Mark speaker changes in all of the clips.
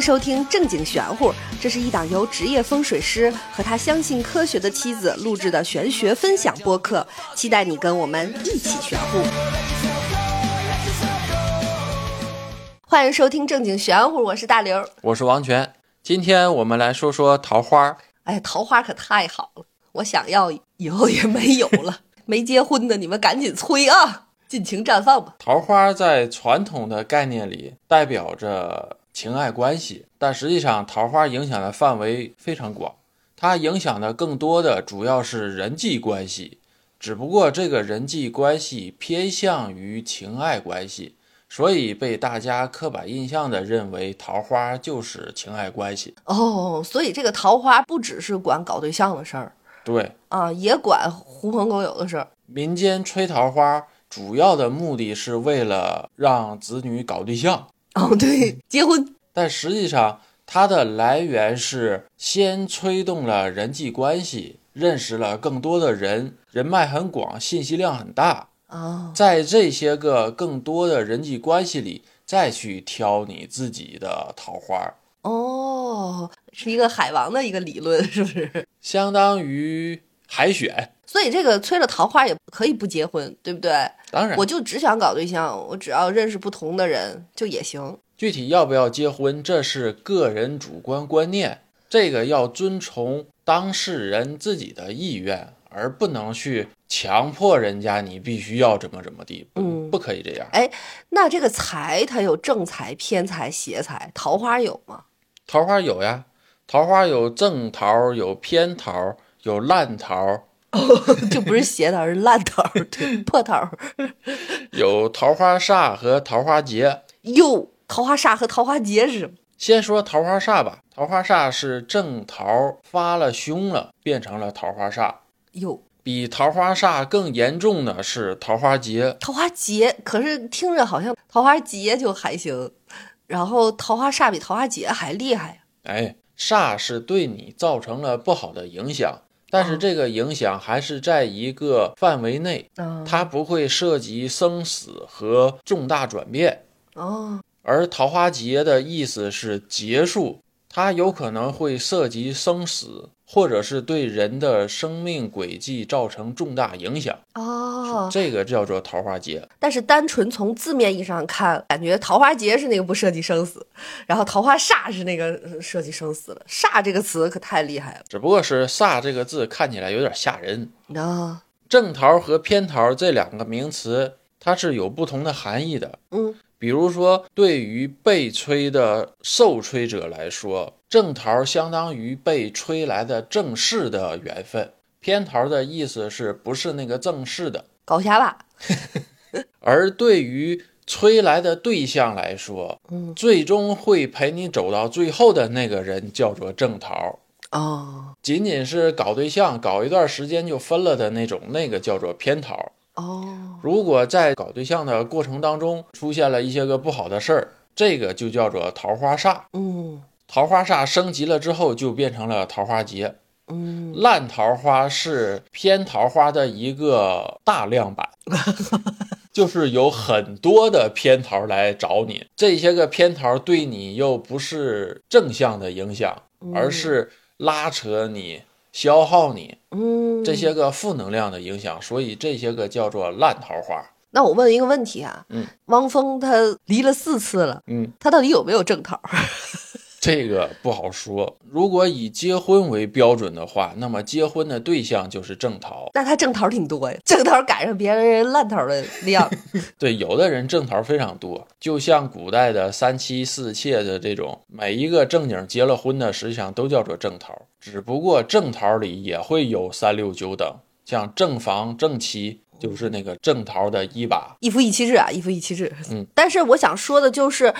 Speaker 1: 收听《正经玄乎》，这是一档由职业风水师和他相信科学的妻子录制的玄学分享播客，期待你跟我们一起玄乎。欢迎收听《正经玄乎》，我是大刘。
Speaker 2: 我是王权。今天我们来说说桃花。
Speaker 1: 哎，桃花可太好了，我想要以后也没有了。没结婚的你们赶紧催啊，尽情绽放吧！
Speaker 2: 桃花在传统的概念里代表着情爱关系，但实际上桃花影响的范围非常广，它影响的更多的主要是人际关系，只不过这个人际关系偏向于情爱关系，所以被大家刻板印象的认为桃花就是情爱关系。
Speaker 1: 哦，所以这个桃花不只是管搞对象的事儿
Speaker 2: 对，
Speaker 1: 啊，也管狐朋狗友的事儿。
Speaker 2: 民间吹桃花主要的目的是为了让子女搞对象。
Speaker 1: 哦，对，结婚
Speaker 2: 但实际上它的来源是先推动了人际关系，认识了更多的人，人脉很广，信息量很大，
Speaker 1: 啊，
Speaker 2: 在这些个更多的人际关系里，再去挑你自己的桃花，
Speaker 1: 哦，是一个海王的一个理论，是不是？
Speaker 2: 相当于海选。
Speaker 1: 所以这个催了桃花也可以不结婚，对不对？
Speaker 2: 当然
Speaker 1: 我，就只想搞对象，我只要认识不同的人就也行。
Speaker 2: 具体要不要结婚，这是个人主观观念，这个要遵从当事人自己的意愿，而不能去强迫人家你必须要怎么怎么地，不
Speaker 1: 嗯
Speaker 2: 不可以这样。
Speaker 1: 那这个财它有正财、偏财、邪财，桃花有吗？
Speaker 2: 桃花有呀，桃花有正桃，有偏桃，有烂桃，
Speaker 1: 就不是邪桃，是烂桃，对，破桃。
Speaker 2: 有桃花煞和桃花劫。
Speaker 1: 哟，桃花煞和桃花劫是什么？
Speaker 2: 先说桃花煞吧，桃花煞是正桃发了凶了，变成了桃花煞。
Speaker 1: 哟，
Speaker 2: 比桃花煞更严重的是桃花劫，
Speaker 1: 桃花劫，可是听着好像桃花劫就还行，然后桃花煞比桃花劫还厉害呀。
Speaker 2: 哎，煞是对你造成了不好的影响，但是这个影响还是在一个范围内，
Speaker 1: 啊
Speaker 2: 它不会涉及生死和重大转变。
Speaker 1: 哦，
Speaker 2: 而桃花劫的意思是结束，它有可能会涉及生死，或者是对人的生命轨迹造成重大影响，
Speaker 1: 哦，
Speaker 2: 这个叫做桃花劫。
Speaker 1: 但是单纯从字面意义上看，感觉桃花劫是那个不涉及生死，然后桃花煞是那个呃涉及生死了。煞这个词可太厉害了，
Speaker 2: 只不过是“煞”这个字看起来有点吓人。
Speaker 1: 那、
Speaker 2: 正桃和偏桃这两个名词，它是有不同的含义的。
Speaker 1: 嗯，
Speaker 2: 比如说，对于被吹的受吹者来说，正桃相当于被吹来的正式的缘分，偏桃的意思是不是那个正式的。
Speaker 1: 搞瞎吧？
Speaker 2: 而对于催来的对象来说，
Speaker 1: 嗯
Speaker 2: 最终会陪你走到最后的那个人叫做正桃。
Speaker 1: 哦
Speaker 2: 仅仅是搞对象，搞一段时间就分了的那种，那个叫做偏桃。
Speaker 1: 哦，
Speaker 2: 如果在搞对象的过程当中出现了一些个不好的事儿，这个就叫做桃花煞。
Speaker 1: 嗯
Speaker 2: 桃花煞升级了之后，就变成了桃花劫。
Speaker 1: 嗯，
Speaker 2: 烂桃花是偏桃花的一个大量版，就是有很多的偏桃来找你，这些个偏桃对你又不是正向的影响，而是拉扯你、消耗你
Speaker 1: 嗯
Speaker 2: 这些个负能量的影响，所以这些个叫做烂桃花。
Speaker 1: 那我问一个问题啊，
Speaker 2: 嗯，
Speaker 1: 汪峰他离了四次了，
Speaker 2: 嗯，
Speaker 1: 他到底有没有正桃？
Speaker 2: 这个不好说。如果以结婚为标准的话，那么结婚的对象就是正桃。
Speaker 1: 那他正桃挺多呀，正桃赶上别人烂桃的量。
Speaker 2: 对，有的人正桃非常多，就像古代的三妻四妾的这种，每一个正经结了婚的，实际上都叫做正桃，只不过正桃里也会有三六九等，像正房、正妻，就是那个正桃的一把。
Speaker 1: 一夫一妻制啊，一夫一妻制。
Speaker 2: 嗯，
Speaker 1: 但是我想说的就是，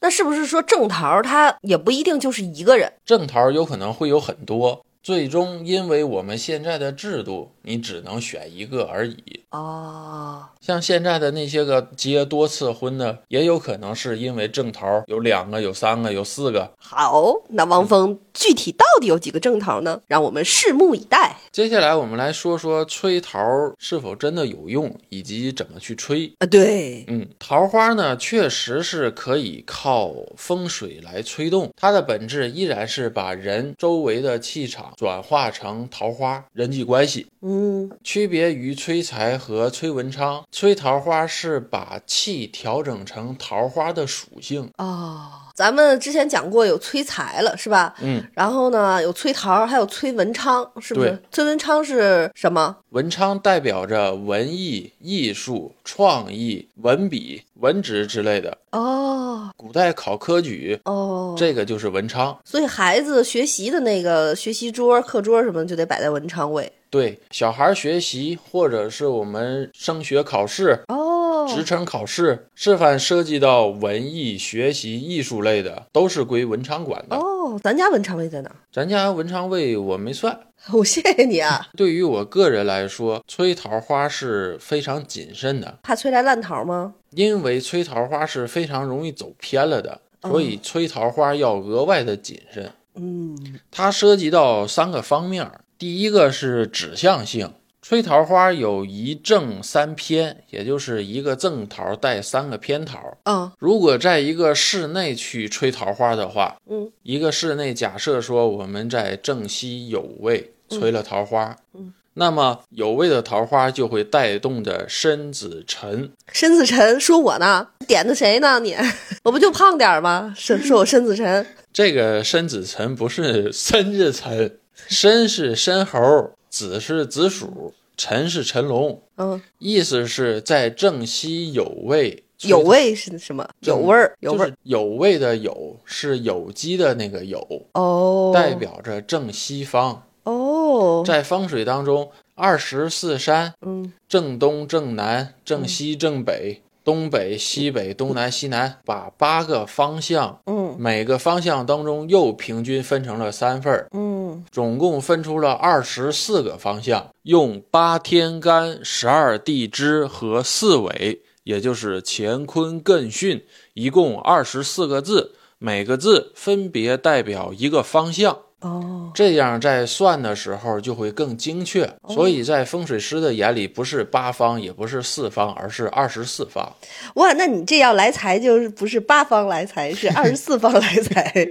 Speaker 1: 那是不是说正桃他也不一定就是一个人？
Speaker 2: 正桃有可能会有很多，最终因为我们现在的制度，你只能选一个而已。
Speaker 1: 哦，
Speaker 2: 像现在的那些个结多次婚的，也有可能是因为正桃有两个、有三个、有四个，
Speaker 1: 好，那汪峰具体到底有几个正桃呢？让我们拭目以待。
Speaker 2: 接下来我们来说说吹桃是否真的有用，以及怎么去吹。
Speaker 1: 啊，对，
Speaker 2: 嗯，桃花呢，确实是可以靠风水来吹动，它的本质依然是把人周围的气场转化成桃花人际关系。
Speaker 1: 嗯，
Speaker 2: 区别于催财和崔文昌，催桃花是把气调整成桃花的属性。
Speaker 1: 哦，咱们之前讲过有催财了，是吧？
Speaker 2: 嗯，
Speaker 1: 然后呢，有崔桃，还有崔文昌，是不是
Speaker 2: 对？
Speaker 1: 崔文昌是什么？
Speaker 2: 文昌代表着文艺、艺术、创意、文笔、文职之类的。
Speaker 1: 哦
Speaker 2: 古代考科举，
Speaker 1: 哦，
Speaker 2: 这个就是文昌。
Speaker 1: 所以孩子学习的那个学习桌、课桌什么的就得摆在文昌位。
Speaker 2: 对小孩学习，或者是我们升学考试、
Speaker 1: 哦，
Speaker 2: 职称考试，是凡涉及到文艺、学习、艺术类的，都是归文昌管的。
Speaker 1: 哦，咱家文昌位在哪儿？
Speaker 2: 咱家文昌位我没算。
Speaker 1: 我谢谢你 啊，
Speaker 2: 对于我个人来说，催桃花是非常谨慎的，
Speaker 1: 怕催来烂桃吗？
Speaker 2: 因为催桃花是非常容易走偏了的，
Speaker 1: 哦
Speaker 2: 所以催桃花要额外的谨慎。
Speaker 1: 嗯，
Speaker 2: 它涉及到三个方面儿，第一个是指向性。吹桃花有一正三偏，也就是一个正桃带三个偏桃。
Speaker 1: 啊，
Speaker 2: 如果在一个室内去吹桃花的话，
Speaker 1: 嗯，
Speaker 2: 一个室内假设说我们在正西有位吹了桃花，
Speaker 1: 嗯，
Speaker 2: 那么有位的桃花就会带动着申子辰，
Speaker 1: 申子辰说我呢，点的谁呢你？ 我不就胖点儿吗？说说我申子辰，
Speaker 2: 这个申子辰不是申子辰，申是申猴，子是子鼠，辰是辰龙，
Speaker 1: 嗯，
Speaker 2: 意思是在正西有位，
Speaker 1: 有味是什么？有味儿，有味
Speaker 2: 嗯就
Speaker 1: 儿
Speaker 2: 是。有位的有是有机的那个有，
Speaker 1: 哦，
Speaker 2: 代表着正西方。
Speaker 1: 哦，
Speaker 2: 在风水当中，二十四山
Speaker 1: 嗯，
Speaker 2: 正东、正南、正西、正北、东北、西北、东南、西南，把八个方向，
Speaker 1: 嗯
Speaker 2: 每个方向当中又平均分成了三份儿，
Speaker 1: 嗯，
Speaker 2: 总共分出了二十四个方向，用八天干、十二地支和四维，也就是乾坤艮巽，一共二十四个字，每个字分别代表一个方向。
Speaker 1: 哦，
Speaker 2: 这样在算的时候就会更精确，所以在风水师的眼里，不是八方，也不是四方，而是二十四方。
Speaker 1: 哇，那你这要来财就是不是八方来财， 是二十四方来财，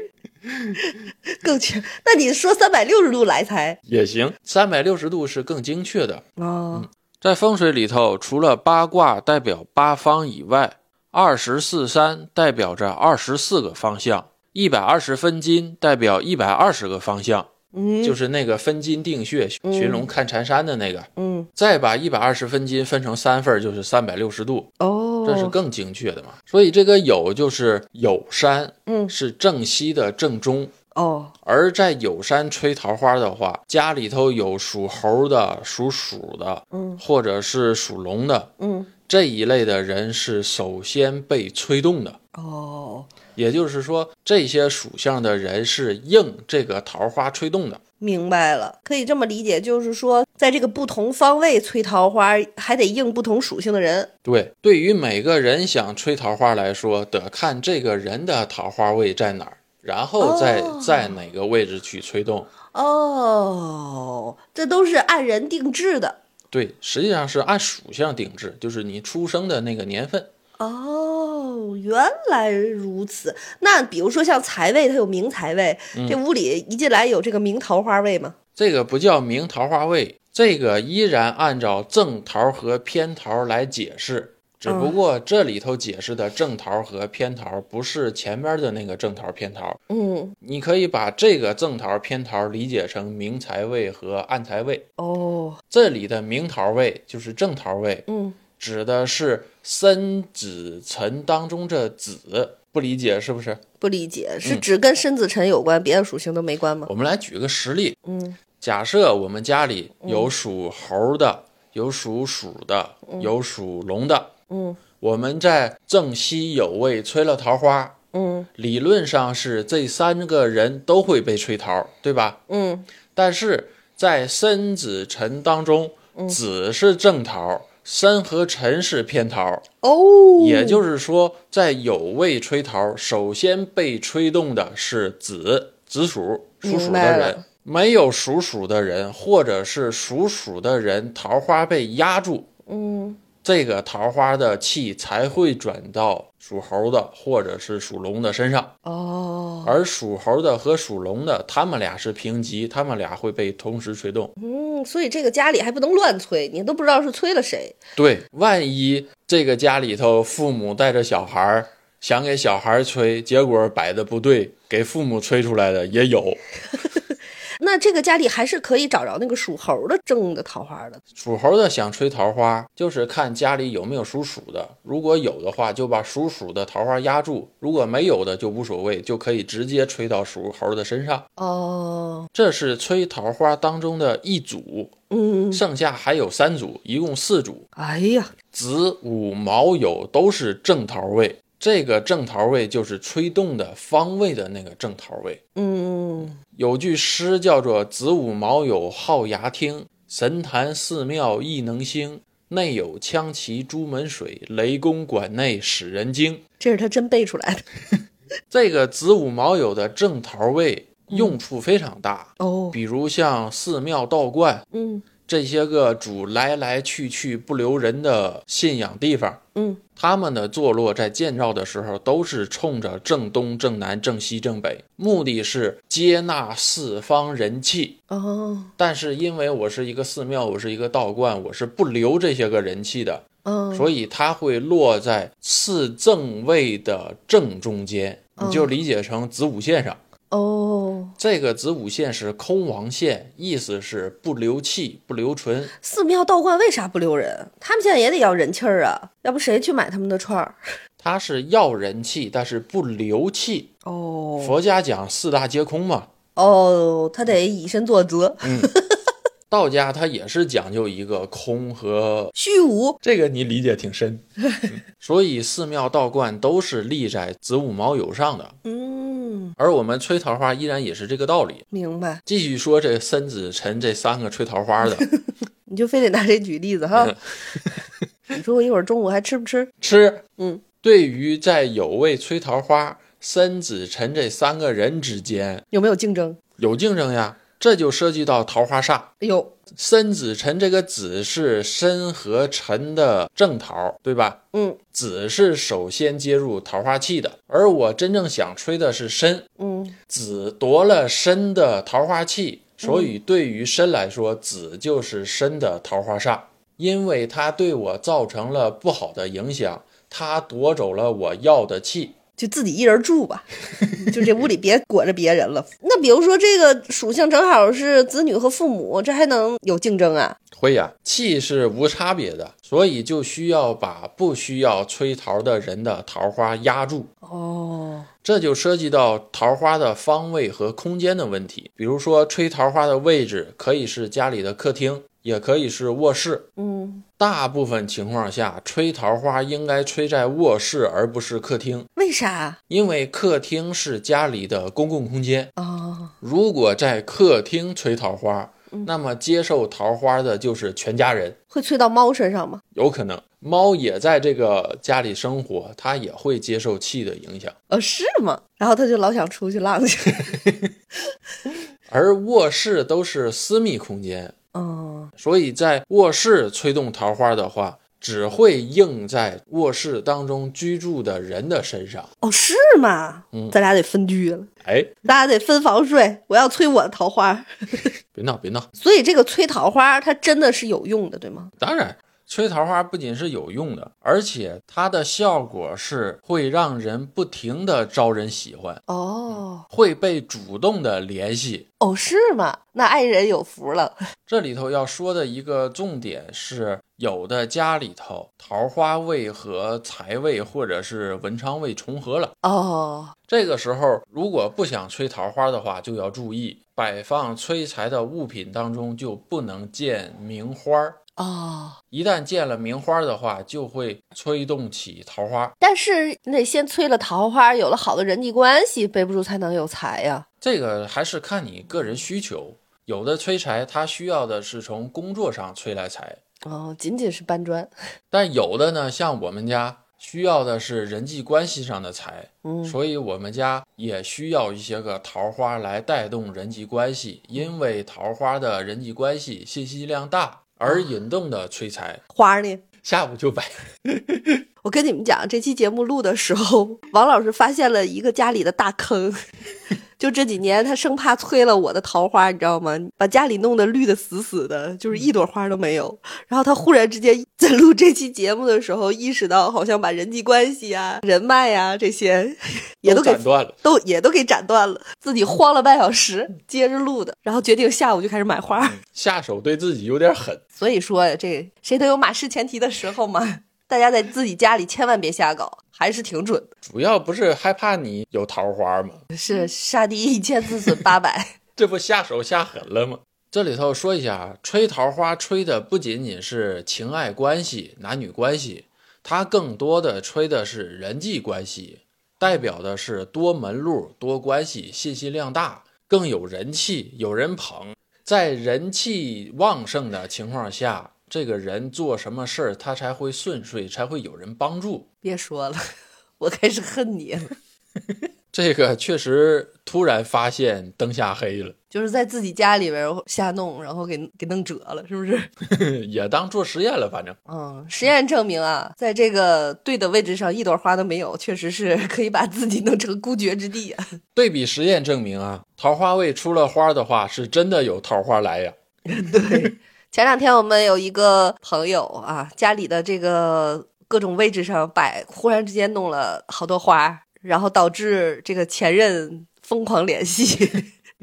Speaker 1: 更全。那你说三百六十度来财
Speaker 2: 也行，三百六十度是更精确的。
Speaker 1: 哦，
Speaker 2: 在风水里头，除了八卦代表八方以外，二十四山代表着二十四个方向，一百二十分金代表一百二十个方向，
Speaker 1: 嗯
Speaker 2: 就是那个分金定穴，寻龙看缠山的那个。
Speaker 1: 嗯
Speaker 2: 再把一百二十分金分成三份儿，就是三百六十度。
Speaker 1: 哦，
Speaker 2: 这是更精确的嘛。所以这个有就是有山，
Speaker 1: 嗯
Speaker 2: 是正西的正中。
Speaker 1: 哦
Speaker 2: 而在有山吹桃花的话，家里头有属猴的、属鼠的，
Speaker 1: 嗯
Speaker 2: 或者是属龙的
Speaker 1: 嗯
Speaker 2: 这一类的人，是首先被吹动的。
Speaker 1: 哦，
Speaker 2: 也就是说，这些属相的人是应这个桃花吹动的。
Speaker 1: 明白了，可以这么理解，就是说在这个不同方位催桃花，还得应不同属性的人。
Speaker 2: 对，对于每个人想吹桃花来说，得看这个人的桃花位在哪儿，然后再
Speaker 1: 哦
Speaker 2: 在哪个位置去吹动。
Speaker 1: 哦，这都是按人定制的。
Speaker 2: 对，实际上是按属相定制，就是你出生的那个年份。
Speaker 1: 哦，原来如此。那比如说像财位，它有明财位，
Speaker 2: 嗯
Speaker 1: 这屋里一进来有这个明桃花位吗？
Speaker 2: 这个不叫明桃花位，这个依然按照正桃和偏桃来解释，只不过这里头解释的正桃和偏桃不是前边的那个正桃偏桃，
Speaker 1: 嗯，
Speaker 2: 你可以把这个正桃偏桃理解成明财位和暗财位。
Speaker 1: 哦，
Speaker 2: 这里的明桃位就是正桃位，
Speaker 1: 嗯，
Speaker 2: 指的是申子辰当中这子，不理解是不是？
Speaker 1: 不理解，是只跟申子辰有关，别的属性都没关吗？
Speaker 2: 我们来举个实例，
Speaker 1: 嗯
Speaker 2: 假设我们家里有属猴的，有属鼠的，有属龙的，
Speaker 1: 嗯
Speaker 2: 我们在正西有位吹了桃花，
Speaker 1: 嗯
Speaker 2: 理论上是这三个人都会被吹桃，对吧？
Speaker 1: 嗯，
Speaker 2: 但是在申子辰当中，
Speaker 1: 嗯
Speaker 2: 子是正桃，申和辰是偏桃，
Speaker 1: 哦，
Speaker 2: 也就是说，在有位吹桃，首先被吹动的是子子鼠属鼠
Speaker 1: 明
Speaker 2: 的
Speaker 1: 白
Speaker 2: 人
Speaker 1: 了。
Speaker 2: 没有属鼠的人，或者是属鼠的人桃花被压住，
Speaker 1: 嗯，
Speaker 2: 这个桃花的气才会转到属猴的或者是属龙的身上，
Speaker 1: 哦，
Speaker 2: 而属猴的和属龙的，他们俩是平级，他们俩会被同时吹动。
Speaker 1: 嗯，所以这个家里还不能乱催，你都不知道是催了谁。
Speaker 2: 对，万一这个家里头父母带着小孩儿，想给小孩儿吹，结果摆的不对，给父母吹出来的也有。
Speaker 1: 那这个家里还是可以找着那个属猴的正的桃花的。
Speaker 2: 属猴的想吹桃花，就是看家里有没有属鼠的。如果有的话，就把属鼠的桃花压住；如果没有的，就无所谓，就可以直接吹到属猴的身上。
Speaker 1: 哦，
Speaker 2: 这是吹桃花当中的一组，
Speaker 1: 嗯，
Speaker 2: 剩下还有三组，一共四组。
Speaker 1: 哎呀，
Speaker 2: 子午卯酉都是正桃位，这个正桃位就是吹动的方位的那个正桃位。
Speaker 1: 嗯，
Speaker 2: 有句诗叫做“子午卯酉好牙听，神坛寺庙亦能兴。内有羌旗朱门水，雷公馆内使人惊。
Speaker 1: 这是他真背出来的。”
Speaker 2: 这个子午卯酉的正桃位用处非常大，
Speaker 1: 哦，
Speaker 2: 比如像寺庙道观
Speaker 1: 嗯
Speaker 2: 这些个主来来去去不留人的信仰地方，
Speaker 1: 嗯，
Speaker 2: 他们的坐落在建造的时候都是冲着正东、正南、正西、正北，目的是接纳四方人气。
Speaker 1: 哦，
Speaker 2: 但是因为我是一个寺庙，我是一个道观，我是不留这些个人气的，
Speaker 1: 嗯，
Speaker 2: 所以它会落在四正位的正中间，
Speaker 1: 嗯
Speaker 2: 你就理解成子午线上。
Speaker 1: 哦，
Speaker 2: 这个子午线是空亡线，意思是不留气、不留存。
Speaker 1: 寺庙道观为啥不留人？他们现在也得要人气儿啊，要不谁去买他们的串儿？
Speaker 2: 它是要人气，但是不留气。
Speaker 1: 哦
Speaker 2: 佛家讲四大皆空嘛，
Speaker 1: 哦，他得以身作则，
Speaker 2: 道家它也是讲究一个空和
Speaker 1: 虚无。
Speaker 2: 这个，你理解挺深。嗯所以寺庙道观都是立在子午卯酉上的，
Speaker 1: 嗯，
Speaker 2: 而我们吹桃花依然也是这个道理。
Speaker 1: 明白。
Speaker 2: 继续说这申子辰这三个吹桃花的，
Speaker 1: 你就非得拿这举例子哈
Speaker 2: 嗯？
Speaker 1: 你说我一会儿中午还吃不吃？
Speaker 2: 吃，
Speaker 1: 嗯，
Speaker 2: 对于在有位吹桃花、申子辰这三个人之间
Speaker 1: 有没有竞争？
Speaker 2: 有竞争呀，这就涉及到桃花煞。
Speaker 1: 哎呦，
Speaker 2: 申子辰这个子是申和辰的正桃，对吧？
Speaker 1: 嗯
Speaker 2: 子是首先接入桃花气的，而我真正想吹的是申，
Speaker 1: 嗯，
Speaker 2: 子夺了申的桃花气，所以对于申来说，子就是申的桃花煞，因为它对我造成了不好的影响，它夺走了我要的气。
Speaker 1: 就自己一人住吧， 就这屋里别裹着别人了。那比如说这个属相正好是子女和父母，这还能有竞争啊？
Speaker 2: 会呀、气是无差别的，所以就需要把不需要吹桃的人的桃花压住。
Speaker 1: 哦，
Speaker 2: 这就涉及到桃花的方位和空间的问题。比如说，吹桃花的位置可以是家里的客厅，也可以是卧室。
Speaker 1: 嗯，
Speaker 2: 大部分情况下，吹桃花应该吹在卧室，而不是客厅，
Speaker 1: 为啥？啊
Speaker 2: 因为客厅是家里的公共空间。
Speaker 1: 哦，
Speaker 2: 如果在客厅吹桃花，那么接受桃花的就是全家人。
Speaker 1: 会催到猫身上吗？
Speaker 2: 有可能猫也在这个家里生活，它也会接受气的影响。
Speaker 1: 呃、是吗？然后他就老想出去浪去。
Speaker 2: 而卧室都是私密空间，
Speaker 1: 嗯，
Speaker 2: 所以在卧室吹动桃花的话，只会映在卧室当中居住的人的身上。
Speaker 1: 哦，是吗？
Speaker 2: 嗯
Speaker 1: 咱俩得分居了，
Speaker 2: 哎，
Speaker 1: 咱俩得分房睡。我要催我的桃花，
Speaker 2: 别闹别闹！
Speaker 1: 所以这个催桃花它真的是有用的，对吗？
Speaker 2: 当然，吹桃花不仅是有用的，而且它的效果是会让人不停的招人喜欢，
Speaker 1: 哦，
Speaker 2: 会被主动的联系。
Speaker 1: 哦，是吗？那爱人有福了。
Speaker 2: 这里头要说的一个重点是，有的家里头桃花位和财位或者是文昌位重合了。
Speaker 1: 哦，
Speaker 2: 这个时候，如果不想吹桃花的话，就要注意摆放催财的物品当中就不能见名花儿。
Speaker 1: 哦，
Speaker 2: 一旦见了名花儿的话，就会催动起桃花。
Speaker 1: 但是你得先催了桃花，有了好的人际关系，背不住才能有财呀。
Speaker 2: 这个还是看你个人需求。有的催财，它需要的是从工作上催来财，
Speaker 1: 哦，仅仅是搬砖。
Speaker 2: 但有的呢，像我们家需要的是人际关系上的财，
Speaker 1: 嗯
Speaker 2: 所以我们家也需要一些个桃花来带动人际关系，因为桃花的人际关系信息量大而引动的催财。
Speaker 1: 花儿呢？
Speaker 2: 下午就摆，
Speaker 1: 我跟你们讲，这期节目录的时候，王老师发现了一个家里的大坑。 就这几年，他生怕催了我的桃花，你知道吗？把家里弄得绿的死死的，就是一朵花都没有。然后他忽然之间在录这期节目的时候，意识到好像把人际关系啊、人脉啊这些 也都给
Speaker 2: 斩断了。
Speaker 1: 都也都给斩断了，自己慌了半小时，接着录的，然后决定下午就开始买花。
Speaker 2: 下手对自己有点狠，
Speaker 1: 所以说呀，这谁都有马失前蹄的时候嘛，大家在自己家里千万别瞎搞，还是挺准的。
Speaker 2: 主要不是害怕你有桃花吗？
Speaker 1: 是杀敌一千，自损八百。
Speaker 2: 这不下手下狠了吗？这里头说一下啊，吹桃花吹的不仅仅是情爱关系、男女关系，它更多的吹的是人际关系，代表的是多门路、多关系，信息量大，更有人气，有人捧。在人气旺盛的情况下，这个人做什么事儿，他才会顺遂，才会有人帮助。
Speaker 1: 别说了，我开始恨你了。
Speaker 2: 这个确实突然发现灯下黑了。
Speaker 1: 就是在自己家里边瞎弄，然后给给弄折了，是不是？
Speaker 2: 也当做实验了，反正
Speaker 1: 嗯，实验证明啊，在这个对的位置上一朵花都没有，确实是可以把自己弄成孤绝之地啊。
Speaker 2: 对比实验证明啊，桃花位出了花的话，是真的有桃花来呀。
Speaker 1: 对，前两天我们有一个朋友啊，家里的这个各种位置上摆，忽然之间弄了好多花，然后导致这个前任疯狂联系，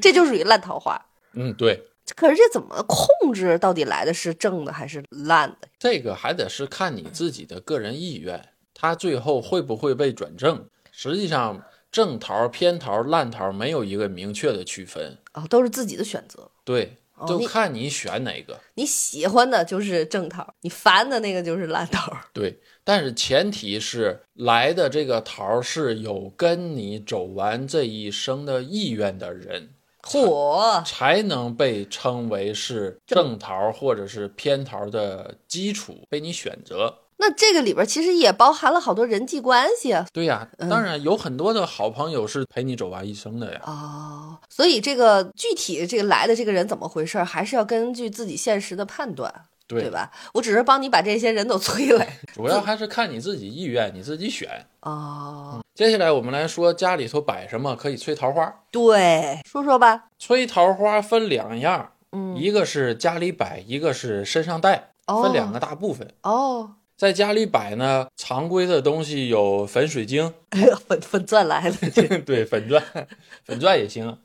Speaker 1: 这就属于烂桃花。
Speaker 2: 嗯，对，
Speaker 1: 可是这怎么控制到底来的是正的还是烂的？
Speaker 2: 这个还得是看你自己的个人意愿，它最后会不会被转正。实际上，正桃、偏桃、烂桃没有一个明确的区分，
Speaker 1: 哦，都是自己的选择。
Speaker 2: 对，
Speaker 1: 哦
Speaker 2: 就
Speaker 1: 你
Speaker 2: 看你选哪个。
Speaker 1: 你喜欢的就是正桃，你烦的那个就是烂桃。
Speaker 2: 对，但是前提是来的这个桃是有跟你走完这一生的意愿的人，
Speaker 1: 嚯，
Speaker 2: 才能被称为是正桃或者是偏桃的基础，被你选择。
Speaker 1: 那这个里边其实也包含了好多人际关系啊。
Speaker 2: 对呀、
Speaker 1: 嗯
Speaker 2: 当然有很多的好朋友是陪你走完一生的呀。
Speaker 1: 哦，所以这个具体这个来的这个人怎么回事儿，还是要根据自己现实的判断，对
Speaker 2: 对，
Speaker 1: 吧？我只是帮你把这些人都 催来。
Speaker 2: 主要还是看你自己意愿，你自己选。
Speaker 1: 哦，
Speaker 2: 接下来我们来说家里头摆什么可以催桃花。
Speaker 1: 对，说说吧。
Speaker 2: 催桃花分两样，
Speaker 1: 嗯，
Speaker 2: 一个是家里摆，一个是身上带，
Speaker 1: 哦
Speaker 2: 分两个大部分。
Speaker 1: 哦，
Speaker 2: 在家里摆呢，常规的东西有粉水晶，
Speaker 1: 哎呀，粉粉钻来了，这
Speaker 2: 对，粉钻， 粉钻也行。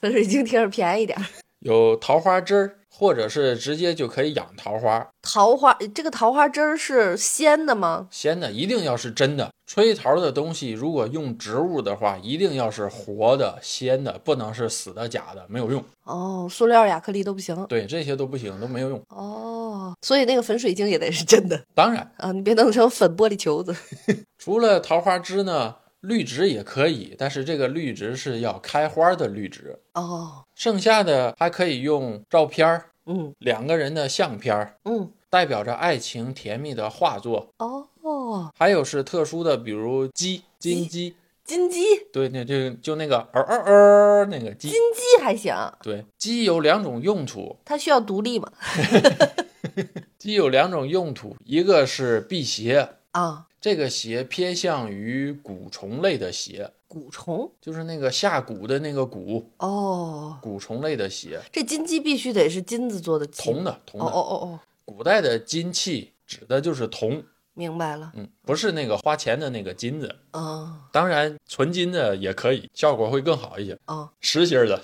Speaker 1: 粉水晶听着便宜点儿。
Speaker 2: 有桃花枝儿，或者是直接就可以养桃花。
Speaker 1: 桃花，这个桃花汁儿是鲜的吗？
Speaker 2: 鲜的一定要是真的，吹桃的东西如果用植物的话，一定要是活的、鲜的，不能是死的、假的，没有用。
Speaker 1: 哦，塑料、亚克力都不行。
Speaker 2: 对，这些都不行，都没有用。
Speaker 1: 哦，所以那个粉水晶也得是真的
Speaker 2: 当然，
Speaker 1: 啊，你别弄成粉玻璃球子。
Speaker 2: 除了桃花枝呢，绿植也可以，但是这个绿植是要开花的绿植。
Speaker 1: 哦，
Speaker 2: 剩下的还可以用照片儿，
Speaker 1: 嗯
Speaker 2: 两个人的相片儿，
Speaker 1: 嗯，
Speaker 2: 代表着爱情甜蜜的画作，
Speaker 1: 哦，
Speaker 2: 还有是特殊的，比如鸡、金鸡。
Speaker 1: 金鸡，
Speaker 2: 对，那就就那个嗷嗷嗷那个鸡
Speaker 1: 金，鸡还行，
Speaker 2: 对，鸡有两种用途，
Speaker 1: 它需要独立嘛？
Speaker 2: 鸡有两种用途，一个是辟邪，
Speaker 1: 啊，
Speaker 2: 这个邪偏向于蛊虫类的邪，
Speaker 1: 蛊虫。
Speaker 2: 就是那个下蛊的那个蛊，
Speaker 1: 哦，
Speaker 2: 蛊虫类的邪，
Speaker 1: 这金鸡必须得是金子做的鸡。
Speaker 2: 铜的铜
Speaker 1: 哦
Speaker 2: 的，
Speaker 1: 哦哦哦，
Speaker 2: 古代的金器指的就是铜，
Speaker 1: 明白了。
Speaker 2: 嗯，不是那个花钱的那个金子，
Speaker 1: 嗯
Speaker 2: 当然纯金的也可以，效果会更好一些，
Speaker 1: 嗯，
Speaker 2: 实心儿的，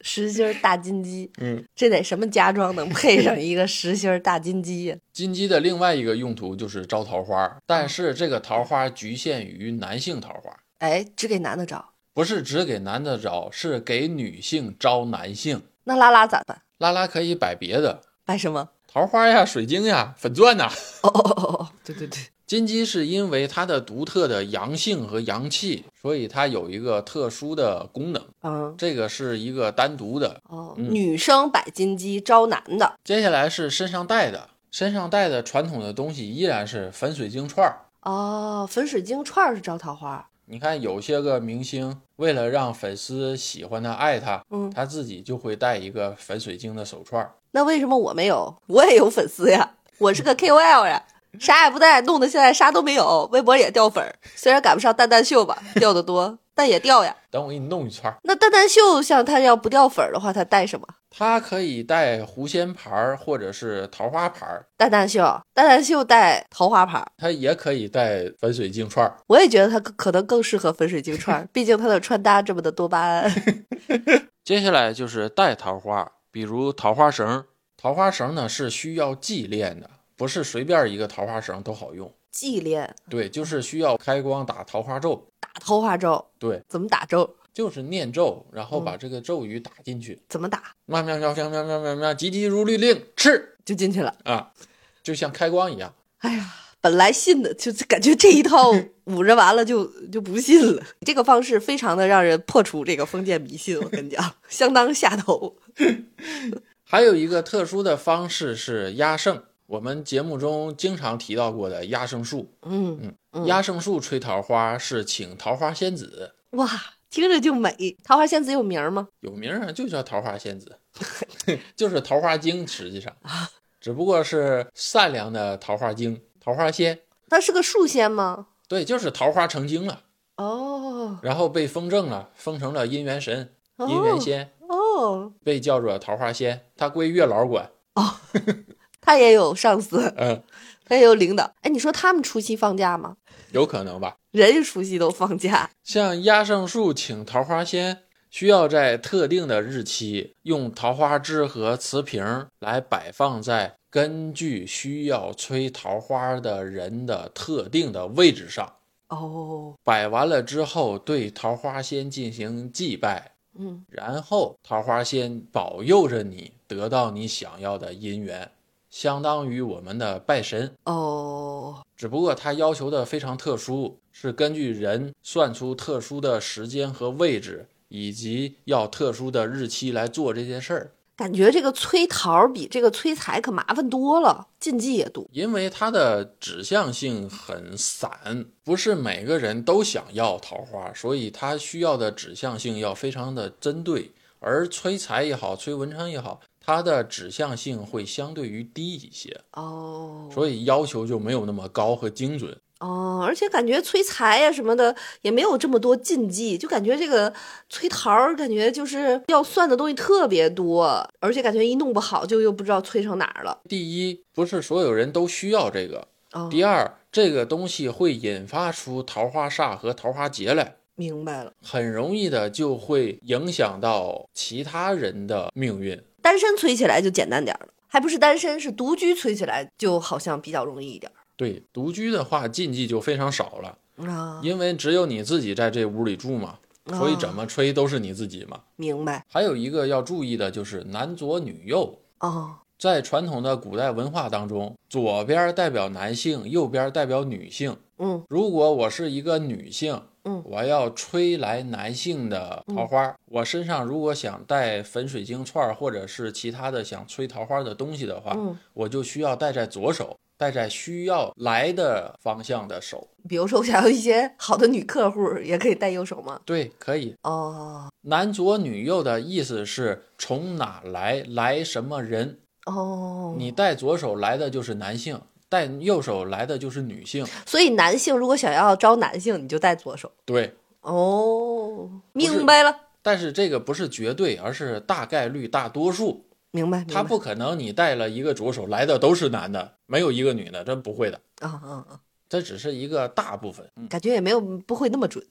Speaker 1: 实心儿大金鸡，
Speaker 2: 嗯，
Speaker 1: 这得什么家装能配上一个实心儿大金鸡呀？
Speaker 2: 金鸡的另外一个用途就是招桃花，但是这个桃花局限于男性桃花，
Speaker 1: 哎，只给男的找。
Speaker 2: 不是只给男的招，是给女性招男性。
Speaker 1: 那拉拉咋办？
Speaker 2: 拉拉可以摆别的，
Speaker 1: 摆什么？
Speaker 2: 桃花呀、水晶呀、粉钻呐、
Speaker 1: 哦哦哦哦哦，对对对，
Speaker 2: 金鸡是因为它的独特的阳性和阳气，所以它有一个特殊的功能，
Speaker 1: 嗯。
Speaker 2: 这个是一个单独的。
Speaker 1: 哦，
Speaker 2: 嗯
Speaker 1: 女生摆金鸡招男的
Speaker 2: 接下来是身上带的，身上带的传统的东西依然是粉水晶串儿，
Speaker 1: 哦，粉水晶串儿是招桃花，
Speaker 2: 你看有些个明星为了让粉丝喜欢他、爱他，
Speaker 1: 嗯，
Speaker 2: 他自己就会戴一个粉水晶的手串儿。
Speaker 1: 那为什么我没有？ 我也有粉丝呀，我是个 KOL 呀，啥也不带，弄得现在啥都没有，微博也掉粉儿，虽然赶不上蛋蛋秀吧，掉的多，但也掉呀。
Speaker 2: 等我给你弄一串儿，
Speaker 1: 那蛋蛋秀像他要不掉粉儿的话，他带什么？
Speaker 2: 他可以戴狐仙牌儿或者是桃花牌儿，
Speaker 1: 蛋蛋秀，蛋蛋秀带桃花牌儿，
Speaker 2: 他也可以戴粉水晶串儿。
Speaker 1: 我也觉得他可可能更适合粉水晶串儿，毕竟他的穿搭这么的多巴胺。
Speaker 2: 接下来就是戴桃花，比如桃花绳。桃花绳呢是需要祭炼的，不是随便一个桃花绳都好用。
Speaker 1: 祭炼
Speaker 2: 对，就是需要开光打桃花咒。
Speaker 1: 打桃花咒，
Speaker 2: 对，
Speaker 1: 怎么打咒？
Speaker 2: 就是念咒，然后
Speaker 1: 嗯
Speaker 2: 把这个咒语打进去。
Speaker 1: 怎么打
Speaker 2: 喵喵喵喵喵喵喵喵，急急如律令，吃
Speaker 1: 就进去了。
Speaker 2: 啊，就像开光一样。
Speaker 1: 本来信的，就感觉这一 套捂着完了就就不信了。这个方式非常的让人破除这个封建迷信，我跟你 讲，相当下头。
Speaker 2: 还有一个特殊的方式是压胜，我们节目中经常提到过的压胜术。
Speaker 1: 嗯，嗯
Speaker 2: 压胜术吹桃花是请桃花仙子，
Speaker 1: 哇，听着就美。桃花仙子有名儿吗？
Speaker 2: 有名儿啊，就叫桃花仙子， 就是桃花精，实际上只不过是善良的桃花精、桃花仙，
Speaker 1: 她是个树仙吗？
Speaker 2: 对，就是桃花成精了，
Speaker 1: 哦
Speaker 2: 然后被封正了，封成了姻缘神、姻缘
Speaker 1: 哦
Speaker 2: 仙，
Speaker 1: 哦，
Speaker 2: 被叫做桃花仙，她归月老管。
Speaker 1: 她也有上司，
Speaker 2: 嗯，
Speaker 1: 她也有领导。哎，你说他们除夕放假吗？
Speaker 2: 有可能吧。
Speaker 1: 人家除夕都放假，
Speaker 2: 像压胜术请桃花仙，需要在特定的日期用桃花枝和瓷瓶来摆放在根据需要吹桃花的人的特定的位置上。
Speaker 1: 哦，
Speaker 2: 摆完了之后，对桃花仙进行祭拜，
Speaker 1: 嗯，
Speaker 2: 然后桃花仙保佑着你得到你想要的姻缘，相当于我们的拜神。
Speaker 1: 哦，
Speaker 2: 只不过它要求的非常特殊，是根据人算出特殊的时间和位置，以及要特殊的日期来做这件事儿。
Speaker 1: 感觉这个催桃儿比这个催财可麻烦多了，禁忌也多。
Speaker 2: 因为它的指向性很散，不是每个人都想要桃花，所以它需要的指向性要非常的针对。而催财也好，催文昌也好，它的指向性会相对于低一些，
Speaker 1: 哦，
Speaker 2: 所以要求就没有那么高和精准。
Speaker 1: 哦，而且感觉催财呀、什么的也没有这么多禁忌，就感觉这个催桃儿，感觉就是要算的东西特别多，而且感觉一弄不好就又不知道催成哪儿了。
Speaker 2: 第一，不是所有人都需要这个，
Speaker 1: 哦，
Speaker 2: 第二，这个东西会引发出桃花煞和桃花劫来，
Speaker 1: 明白了。
Speaker 2: 很容易的就会影响到其他人的命运。
Speaker 1: 单身催起来就简单点儿了，还不是单身，是独居催起来就好像比较容易一点
Speaker 2: 对，独居的话禁忌就非常少了，
Speaker 1: 儿啊。
Speaker 2: 因为只有你自己在这屋里住嘛，所以怎么吹都是你自己嘛。
Speaker 1: 明白
Speaker 2: 还有一个要注意的就是男左女右，
Speaker 1: 哦，
Speaker 2: 在传统的古代文化当中，左边代表男性，右边代表女性。
Speaker 1: 嗯
Speaker 2: 如果我是一个女性，
Speaker 1: 嗯
Speaker 2: 我要吹来男性的桃花，我身上如果想带粉水晶串儿或者是其他的想吹桃花的东西的话，
Speaker 1: 嗯，
Speaker 2: 我就需要戴在左手，戴在需要来的方向的手。
Speaker 1: 比如说我想要一些好的女客户，也可以带右手吗？
Speaker 2: 对，可以。
Speaker 1: 哦
Speaker 2: 男左女右的意思是从哪来，来什么人。
Speaker 1: 哦，
Speaker 2: 你戴左手来的就是男性，戴右手来的就是女性。
Speaker 1: 所以男性如果想要招男性，你就带左手。
Speaker 2: 对，
Speaker 1: 哦，
Speaker 2: 是
Speaker 1: 明白了，
Speaker 2: 但是这个不是绝对，而是大概率、大多数。
Speaker 1: 明白，
Speaker 2: 他
Speaker 1: 明白
Speaker 2: 不可能你带了一个左手来的都是男的，没有一个女的，真不会的。
Speaker 1: 啊啊啊，
Speaker 2: 这只是一个大部分，嗯，
Speaker 1: 感觉也没有不会那么 准，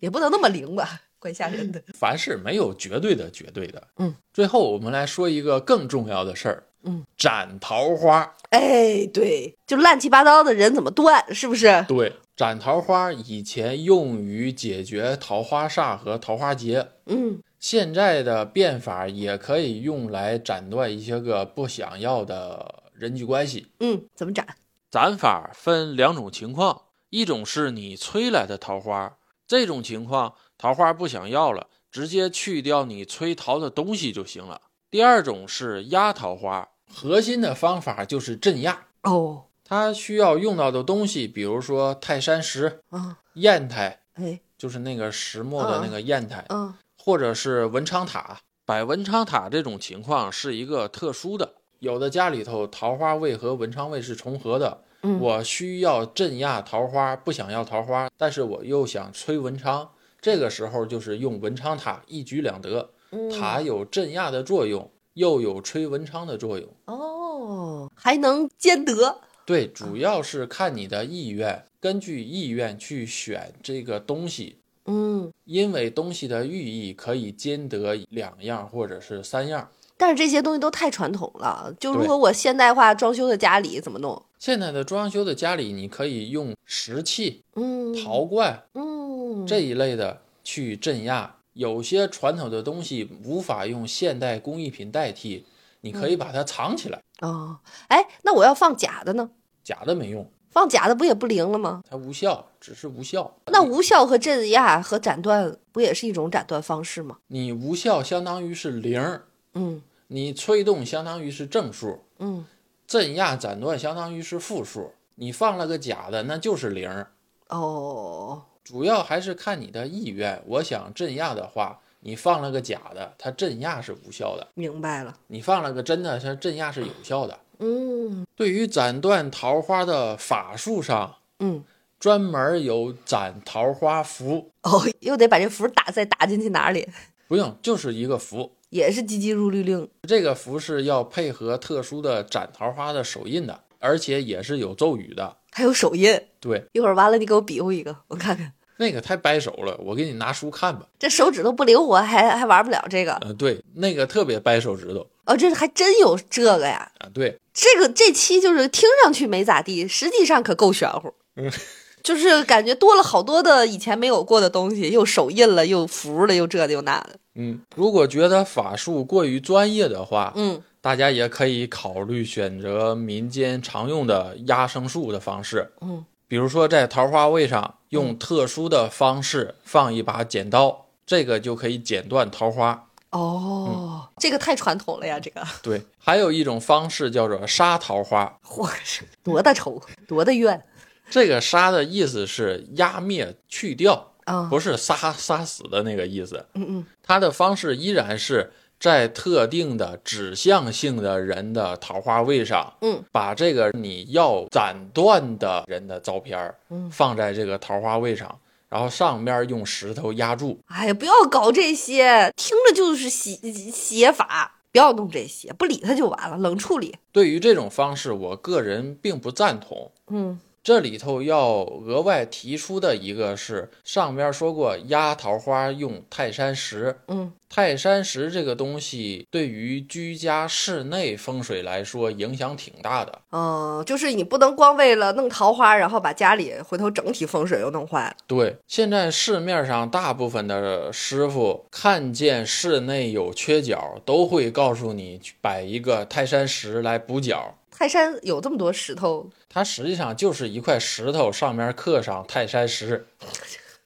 Speaker 1: 也不能那么灵吧， 怪吓人的。
Speaker 2: 凡事没有绝对的绝对的。
Speaker 1: 嗯，
Speaker 2: 最后我们来说一个更重要的事儿，
Speaker 1: 嗯，
Speaker 2: 斩桃花。
Speaker 1: 哎，对，就乱七八糟的人怎么断，是不是？
Speaker 2: 对，斩桃花以前用于解决桃花煞和桃花劫，
Speaker 1: 嗯，
Speaker 2: 现在的变法也可以用来斩断一些个不想要的人际关系。
Speaker 1: 嗯，怎么斩？
Speaker 2: 斩法分两种情况，一种是你催来的桃花，这种情况桃花不想要了，直接去掉你催桃的东西就行了。第二种是压桃花，核心的方法就是镇压，
Speaker 1: 哦，
Speaker 2: 它需要用到的东西，比如说泰山石、
Speaker 1: 啊，
Speaker 2: 砚台，
Speaker 1: 哎，
Speaker 2: 就是那个石磨的那个砚台，
Speaker 1: 嗯，
Speaker 2: 或者是文昌塔。摆文昌塔这种情况是一个特殊的，有的家里头桃花位和文昌位是重合的。
Speaker 1: 嗯
Speaker 2: 我需要镇压桃花，不想要桃花，但是我又想催文昌，这个时候就是用文昌塔，一举两得。
Speaker 1: 嗯
Speaker 2: 塔有镇压的作用，又有催文昌的作用。
Speaker 1: 哦，还能兼得，
Speaker 2: 对，主要是看你的意愿，根据意愿去选这个东西，
Speaker 1: 嗯，
Speaker 2: 因为东西的寓意可以兼得两样或者是三样。
Speaker 1: 但是这些东西都太传统了，就如
Speaker 2: 对
Speaker 1: 果我现代化装修的家里怎么弄？
Speaker 2: 现在的装修的家里，你可以用石器、
Speaker 1: 嗯，
Speaker 2: 陶罐
Speaker 1: 嗯，
Speaker 2: 这一类的去镇压。有些传统的东西无法用现代工艺品代替，你
Speaker 1: 嗯
Speaker 2: 可以把它藏起来，
Speaker 1: 哦，哎，那我要放假的呢？
Speaker 2: 假的没用，
Speaker 1: 放假的不也不灵了吗？
Speaker 2: 它无效，只是无效。
Speaker 1: 那无效和镇压和斩断不也是一种斩断方式吗？
Speaker 2: 你无效相当于是零儿，
Speaker 1: 嗯
Speaker 2: 你催动相当于是正数。
Speaker 1: 嗯，
Speaker 2: 镇压斩断相当于是负数，你放了个假的，那就是零儿。
Speaker 1: 哦，
Speaker 2: 主要还是看你的意愿。我想镇压的话，你放了个假的，它镇压是无效的；
Speaker 1: 明白了。
Speaker 2: 你放了个真的，它镇压是有效的。
Speaker 1: 嗯
Speaker 2: 对于斩断桃花的法术上，
Speaker 1: 嗯，
Speaker 2: 专门有斩桃花符，
Speaker 1: 哦，又得把这符打再打进去哪里？
Speaker 2: 不用，就是一个符。
Speaker 1: 也是急急如律令。
Speaker 2: 这个符是要配合特殊的斩桃花的手印的，而且也是有咒语的。
Speaker 1: 还有手印，
Speaker 2: 对，
Speaker 1: 一会儿完了你给我比划一个，我看看。
Speaker 2: 那个太掰手了，我给你拿书看吧。
Speaker 1: 这手指头不灵活，还还玩不了这个。
Speaker 2: 呃，对，那个特别掰手指头
Speaker 1: 哦，这还真有这个呀！
Speaker 2: 啊，对，
Speaker 1: 这个这期就是听上去没咋地，实际上可够玄乎。
Speaker 2: 嗯，
Speaker 1: 就是感觉多了好多的以前没有过的东西，又手印了，又符了，又这的又那的。
Speaker 2: 嗯，如果觉得法术过于专业的话，
Speaker 1: 嗯，
Speaker 2: 大家也可以考虑选择民间常用的压生术的方式，
Speaker 1: 嗯，
Speaker 2: 比如说在桃花位上用特殊的方式放一把剪刀，这个就可以剪断桃花。
Speaker 1: 哦，嗯这个太传统了呀，这 个
Speaker 2: 对，还有一种方式叫做杀桃花，
Speaker 1: 嚯，是多大仇，多大怨
Speaker 2: 这个杀的意思是压灭、去掉，
Speaker 1: 啊！
Speaker 2: 不是杀杀死的那个意思。
Speaker 1: 嗯嗯，
Speaker 2: 它的方式依然是在特定的指向性的人的桃花位上，
Speaker 1: 嗯，
Speaker 2: 把这个你要斩断的人的照片儿
Speaker 1: 嗯
Speaker 2: 放在这个桃花位上，然后上面用石头压住。
Speaker 1: 哎呀，不要搞这些，听着就是邪邪法，不要弄这些，不理他就完了，冷处理。
Speaker 2: 对于这种方式，我个人并不赞同。
Speaker 1: 嗯
Speaker 2: 这里头要额外提出的一个是，上边说过压桃花用泰山石，
Speaker 1: 嗯
Speaker 2: 泰山石这个东西对于居家室内风水来说影响挺大的。
Speaker 1: 哦，就是你不能光为了弄桃花，然后把家里回头整体风水又弄坏了。
Speaker 2: 对，现在市面上大部分的师傅看见室内有缺角，都会告诉你去摆一个泰山石来补角。
Speaker 1: 泰山有这么多石头，
Speaker 2: 它实际上就是一块石头，上面刻上泰山石，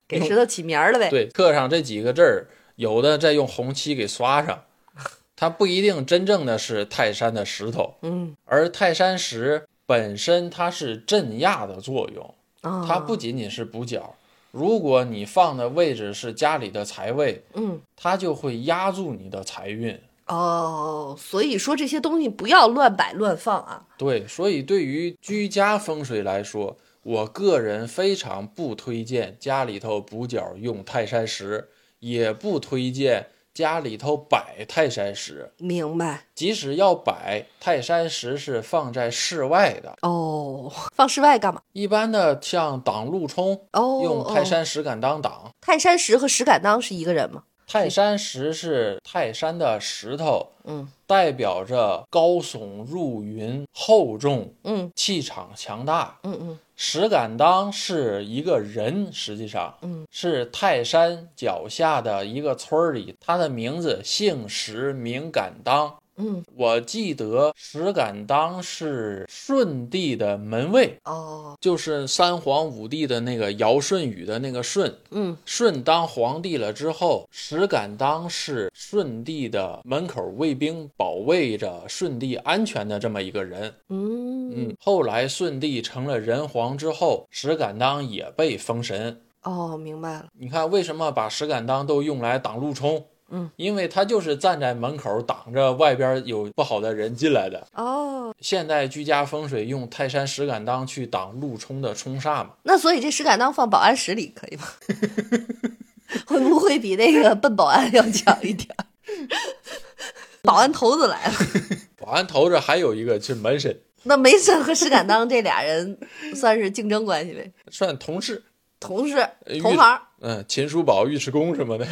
Speaker 1: 给石头起名儿了呗。
Speaker 2: 对，刻上这几个字儿，有的再用红漆给刷上。它不一定真正的是泰山的石头，
Speaker 1: 嗯
Speaker 2: 而泰山石本身它是镇压的作用，
Speaker 1: 啊，
Speaker 2: 它不仅仅是补角。如果你放的位置是家里的财位，
Speaker 1: 嗯
Speaker 2: 它就会压住你的财运。
Speaker 1: 哦，所以说这些东西不要乱摆乱放啊。
Speaker 2: 对，所以对于居家风水来说，我个人非常不推荐家里头补角用泰山石，也不推荐家里头摆泰山石。
Speaker 1: 明白
Speaker 2: 即使要摆泰山石，是放在室外的。
Speaker 1: 哦，放室外干嘛？
Speaker 2: 一般的像挡路冲，
Speaker 1: 哦，
Speaker 2: 用泰
Speaker 1: 哦、
Speaker 2: 山石敢当挡。
Speaker 1: 泰山石和石敢当是一个人吗？
Speaker 2: 泰山石是泰山的石头，
Speaker 1: 嗯
Speaker 2: 代表着高耸入云、厚重、
Speaker 1: 嗯
Speaker 2: 气场强大。
Speaker 1: 嗯嗯
Speaker 2: 石敢当是一个人，实际上，
Speaker 1: 嗯，
Speaker 2: 是泰山脚下的一个村儿里，他的名字姓石，名敢当。
Speaker 1: 嗯
Speaker 2: 我记得石敢当是舜帝的门卫，
Speaker 1: 哦
Speaker 2: 就是三皇五帝的那个尧舜禹的那个舜。
Speaker 1: 嗯
Speaker 2: 舜当皇帝了之后，石敢当是舜帝的门口卫兵，保卫着舜帝安全的这么一个人。
Speaker 1: 嗯
Speaker 2: 嗯，后来舜帝成了人皇之后，石敢当也被封神。
Speaker 1: 哦，明白了，
Speaker 2: 你看为什么把石敢当都用来挡路冲？
Speaker 1: 嗯，
Speaker 2: 因为他就是站在门口挡着外边有不好的人进来的。
Speaker 1: 哦，
Speaker 2: 现代居家风水用泰山石敢当去挡路冲的冲煞嘛？
Speaker 1: 那所以这石敢当放保安室里可以吗？ 会不会比那个笨保安要强一点 儿？保安头子来了，
Speaker 2: 保安头子还有一个是门神，
Speaker 1: 那梅婶和石敢当这俩人算是竞争关系呗，
Speaker 2: 算同事。
Speaker 1: 同事
Speaker 2: 呃
Speaker 1: 同
Speaker 2: 玉
Speaker 1: 行。
Speaker 2: 嗯，秦叔宝、尉迟恭什么的，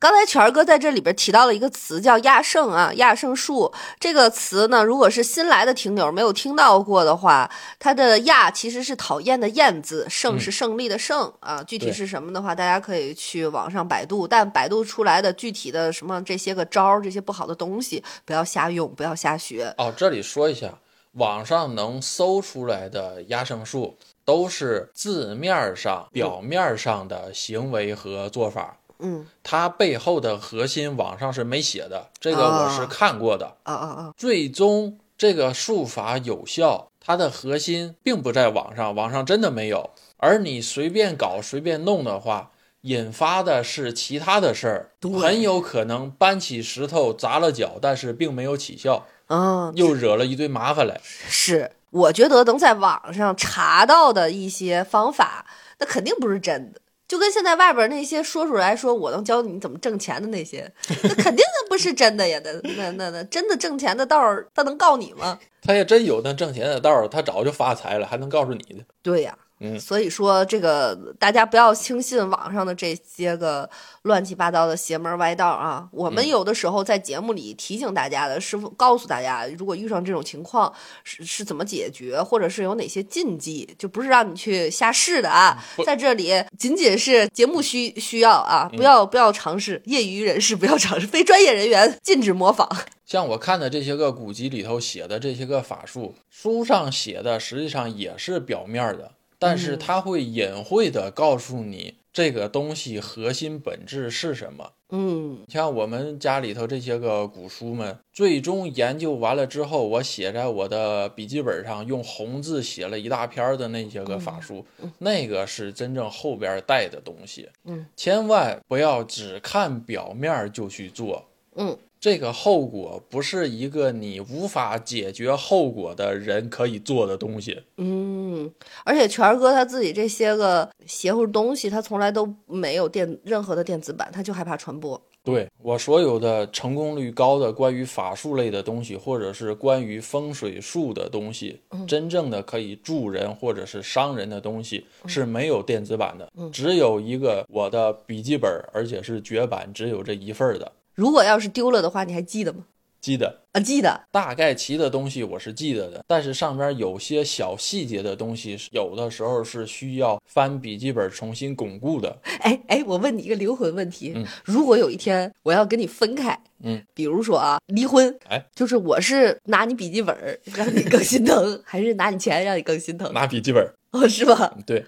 Speaker 1: 刚才全儿哥在这里边提到了一个词叫亚圣啊，亚圣树这个词呢，如果是新来的听友没有听到过的话，它的亚其实是讨厌的厌字，胜
Speaker 2: 嗯
Speaker 1: 是胜利的胜、啊。具体
Speaker 2: 对
Speaker 1: 是什么的话，大家可以去网上百度，但百度出来的具体的什么这些个招儿、这些不好的东西，不要瞎用，不要瞎学。
Speaker 2: 哦，这里说一下，网上能搜出来的压生术都是字面上、表面上的行为和做法，
Speaker 1: 嗯，
Speaker 2: 它背后的核心网上是没写的，这个我是
Speaker 1: 哦
Speaker 2: 看过的。
Speaker 1: 啊啊啊，
Speaker 2: 最终这个术法有效，它的核心并不在网上，网上真的没有。而你随便搞、随便弄的话，引发的是其他的事儿
Speaker 1: 对，
Speaker 2: 很有可能搬起石头砸了脚，但是并没有起效，
Speaker 1: 嗯，
Speaker 2: 又惹了一堆麻烦来。
Speaker 1: 是，我觉得能在网上查到的一些方法，那肯定不是真的。就跟现在外边那些说出来说我能教你怎么挣钱的那些，那肯定那不是真的呀！那那那那真的挣钱的道儿，他能告你吗？
Speaker 2: 他也真有那挣钱的道儿，他早就发财了，还能告诉你的。
Speaker 1: 对呀、
Speaker 2: 嗯
Speaker 1: 所以说这个大家不要轻信网上的这些个乱七八糟的邪门歪道啊！我们
Speaker 2: 嗯
Speaker 1: 有的时候在节目里提醒大家的，师傅告诉大家，如果遇上这种情况是是怎么解决，或者是有哪些禁忌，就不是让你去瞎试的啊！
Speaker 2: 嗯不嗯
Speaker 1: 在这里仅仅是节目需需要啊，不要不要尝试，业余人士不要尝试，非专业人员禁止模仿。
Speaker 2: 像我看的这些个古籍里头写的这些个法术，书上写的实际上也是表面的，但是它会隐晦的告诉你这个东西核心本质是什么。
Speaker 1: 嗯，
Speaker 2: 你像我们家里头这些个古书们，最终研究完了之后，我写在我的笔记本上，用红字写了一大篇儿的那些个法术，那个是真正后边带的东西。
Speaker 1: 嗯，
Speaker 2: 千万不要只看表面儿就去做。
Speaker 1: 嗯，
Speaker 2: 这个后果不是一个你无法解决后果的人可以做的东西。
Speaker 1: 嗯，而且全儿哥他自己这些个邪乎东西，他从来都没有电任何的电子版，他就害怕传播。
Speaker 2: 对我所有的成功率高的关于法术类的东西，或者是关于风水术的东西，真正的可以助人或者是伤人的东西是没有电子版的，只有一个我的笔记本，而且是绝版，只有这一份儿的。
Speaker 1: 如果要是丢了的话，你还记得吗？
Speaker 2: 记得
Speaker 1: 啊，记得。
Speaker 2: 大概齐的东西我是记得的，但是上边有些小细节的东西，有的时候是需要翻笔记本重新巩固的。
Speaker 1: 哎哎，我问你一个灵魂问题：
Speaker 2: 嗯
Speaker 1: 如果有一天我要跟你分开，
Speaker 2: 嗯，
Speaker 1: 比如说啊，离婚，
Speaker 2: 哎，
Speaker 1: 就是我是拿你笔记本儿让你更 心疼，还是拿你钱让你更心疼？
Speaker 2: 拿笔记本，
Speaker 1: 哦，是吧？
Speaker 2: 对，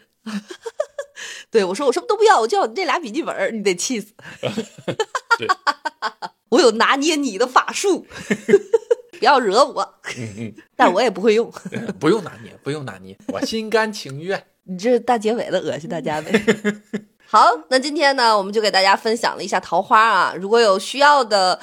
Speaker 1: 对，我说我什么都不要，我就要你这俩笔记本儿，你得气死。
Speaker 2: 对，
Speaker 1: 我有拿捏你的法术， 不要惹我。
Speaker 2: 嗯
Speaker 1: 但我也不会用。
Speaker 2: 嗯， 不用拿捏，不用拿捏，我心甘情愿。
Speaker 1: 你这大结尾了，恶心大家 呗。好，那今天呢，我们就给大家分享了一下桃花啊。如果有需要的，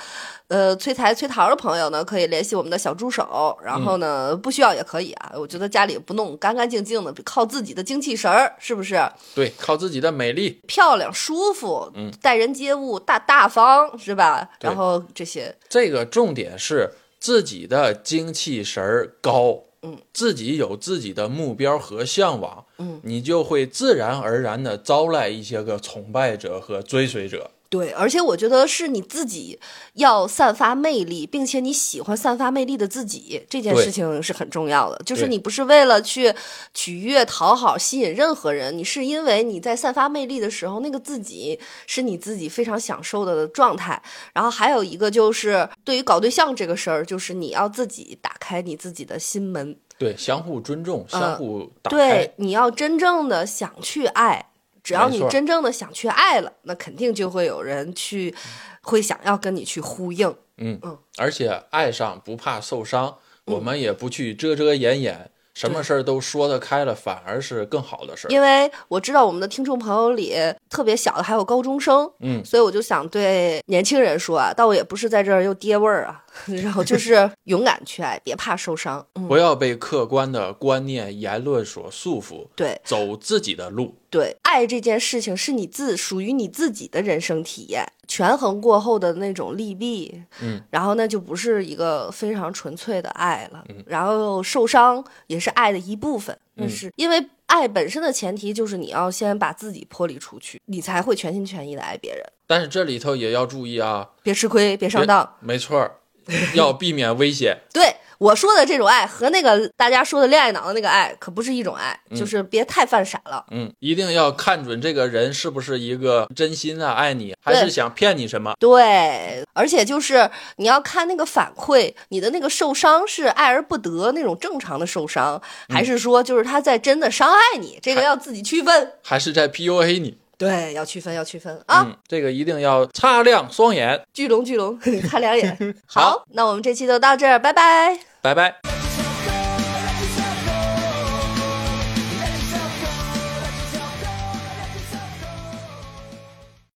Speaker 1: 呃，催财催桃的朋友呢，可以联系我们的小助手。然后
Speaker 2: 嗯
Speaker 1: 呢，不需要也可以啊。我觉得家里不弄，干干净净的，靠自己的精气神儿，是不是？
Speaker 2: 对，靠自己的美丽。
Speaker 1: 漂亮、舒服，
Speaker 2: 嗯
Speaker 1: 待人接物大大方，是吧？
Speaker 2: 对
Speaker 1: 然后这些，
Speaker 2: 这个重点是自己的精气神儿高，
Speaker 1: 嗯，
Speaker 2: 自己有自己的目标和向往，
Speaker 1: 嗯，
Speaker 2: 你就会自然而然的招来一些个崇拜者和追随者。
Speaker 1: 对，而且我觉得是你自己要散发魅力，并且你喜欢散发魅力的自己，这件
Speaker 2: 对
Speaker 1: 事情是很重要的。就是
Speaker 2: 对
Speaker 1: 你不是为了去取悦、讨好、吸引任何人，你是因为你在散发魅力的时候，那个自己是你自己非常享受的状态。然后还有一个就是，对于搞对象这个事儿，就是你要自己打开你自己的心门，
Speaker 2: 对，相互尊重，
Speaker 1: 嗯
Speaker 2: 相互打开。
Speaker 1: 对，你要真正的想去爱，只要
Speaker 2: 没
Speaker 1: 你
Speaker 2: 错
Speaker 1: 真正的想去爱了，那肯定就会有人去，会想要跟你去呼应。
Speaker 2: 嗯
Speaker 1: 嗯，
Speaker 2: 而且爱上不怕受伤，我们也不去遮遮掩掩，什么事儿都说得开了，反而是更好的事儿。
Speaker 1: 因为我知道我们的听众朋友里特别小的还有高中生，
Speaker 2: 嗯，
Speaker 1: 所以我就想对年轻人说啊，倒也不是在这儿又跌味儿啊， 然后就是勇敢去爱，别怕受伤。嗯，
Speaker 2: 不要被客观的观念、言论所束缚，
Speaker 1: 对
Speaker 2: 走自己的路。
Speaker 1: 对，爱这件事情是你自属于你自己的人生体验，权衡过后的那种利弊，
Speaker 2: 嗯，
Speaker 1: 然后那就不是一个非常纯粹的爱了，然后受伤也是爱的一部分，那
Speaker 2: 嗯
Speaker 1: 是因为爱本身的前提就是你要先把自己剥离出去，你才会全心全意的爱别人，
Speaker 2: 但是这里头也要注意啊，
Speaker 1: 别吃亏，别上
Speaker 2: 别
Speaker 1: 当。
Speaker 2: 没错 儿，要避免危险。
Speaker 1: 对我说的这种爱和那个大家说的恋爱脑的那个爱可不是一种爱，就是别太犯傻了。
Speaker 2: 嗯，一定要看准这个人是不是一个真心啊爱你，还是想骗你什么。
Speaker 1: 对，而且就是你要看那个反馈，你的那个受伤是爱而不得那种正常的受伤，
Speaker 2: 嗯
Speaker 1: 还是说就是他在真的伤害你？这个要自己区分。
Speaker 2: 还是在 PUA 你。
Speaker 1: 对，要区分，要区分啊！
Speaker 2: 嗯，这个一定要擦亮双眼。
Speaker 1: 巨龙，巨龙，看两眼。
Speaker 2: 好
Speaker 1: 好，那我们这期就到这儿，拜拜。
Speaker 2: 拜拜。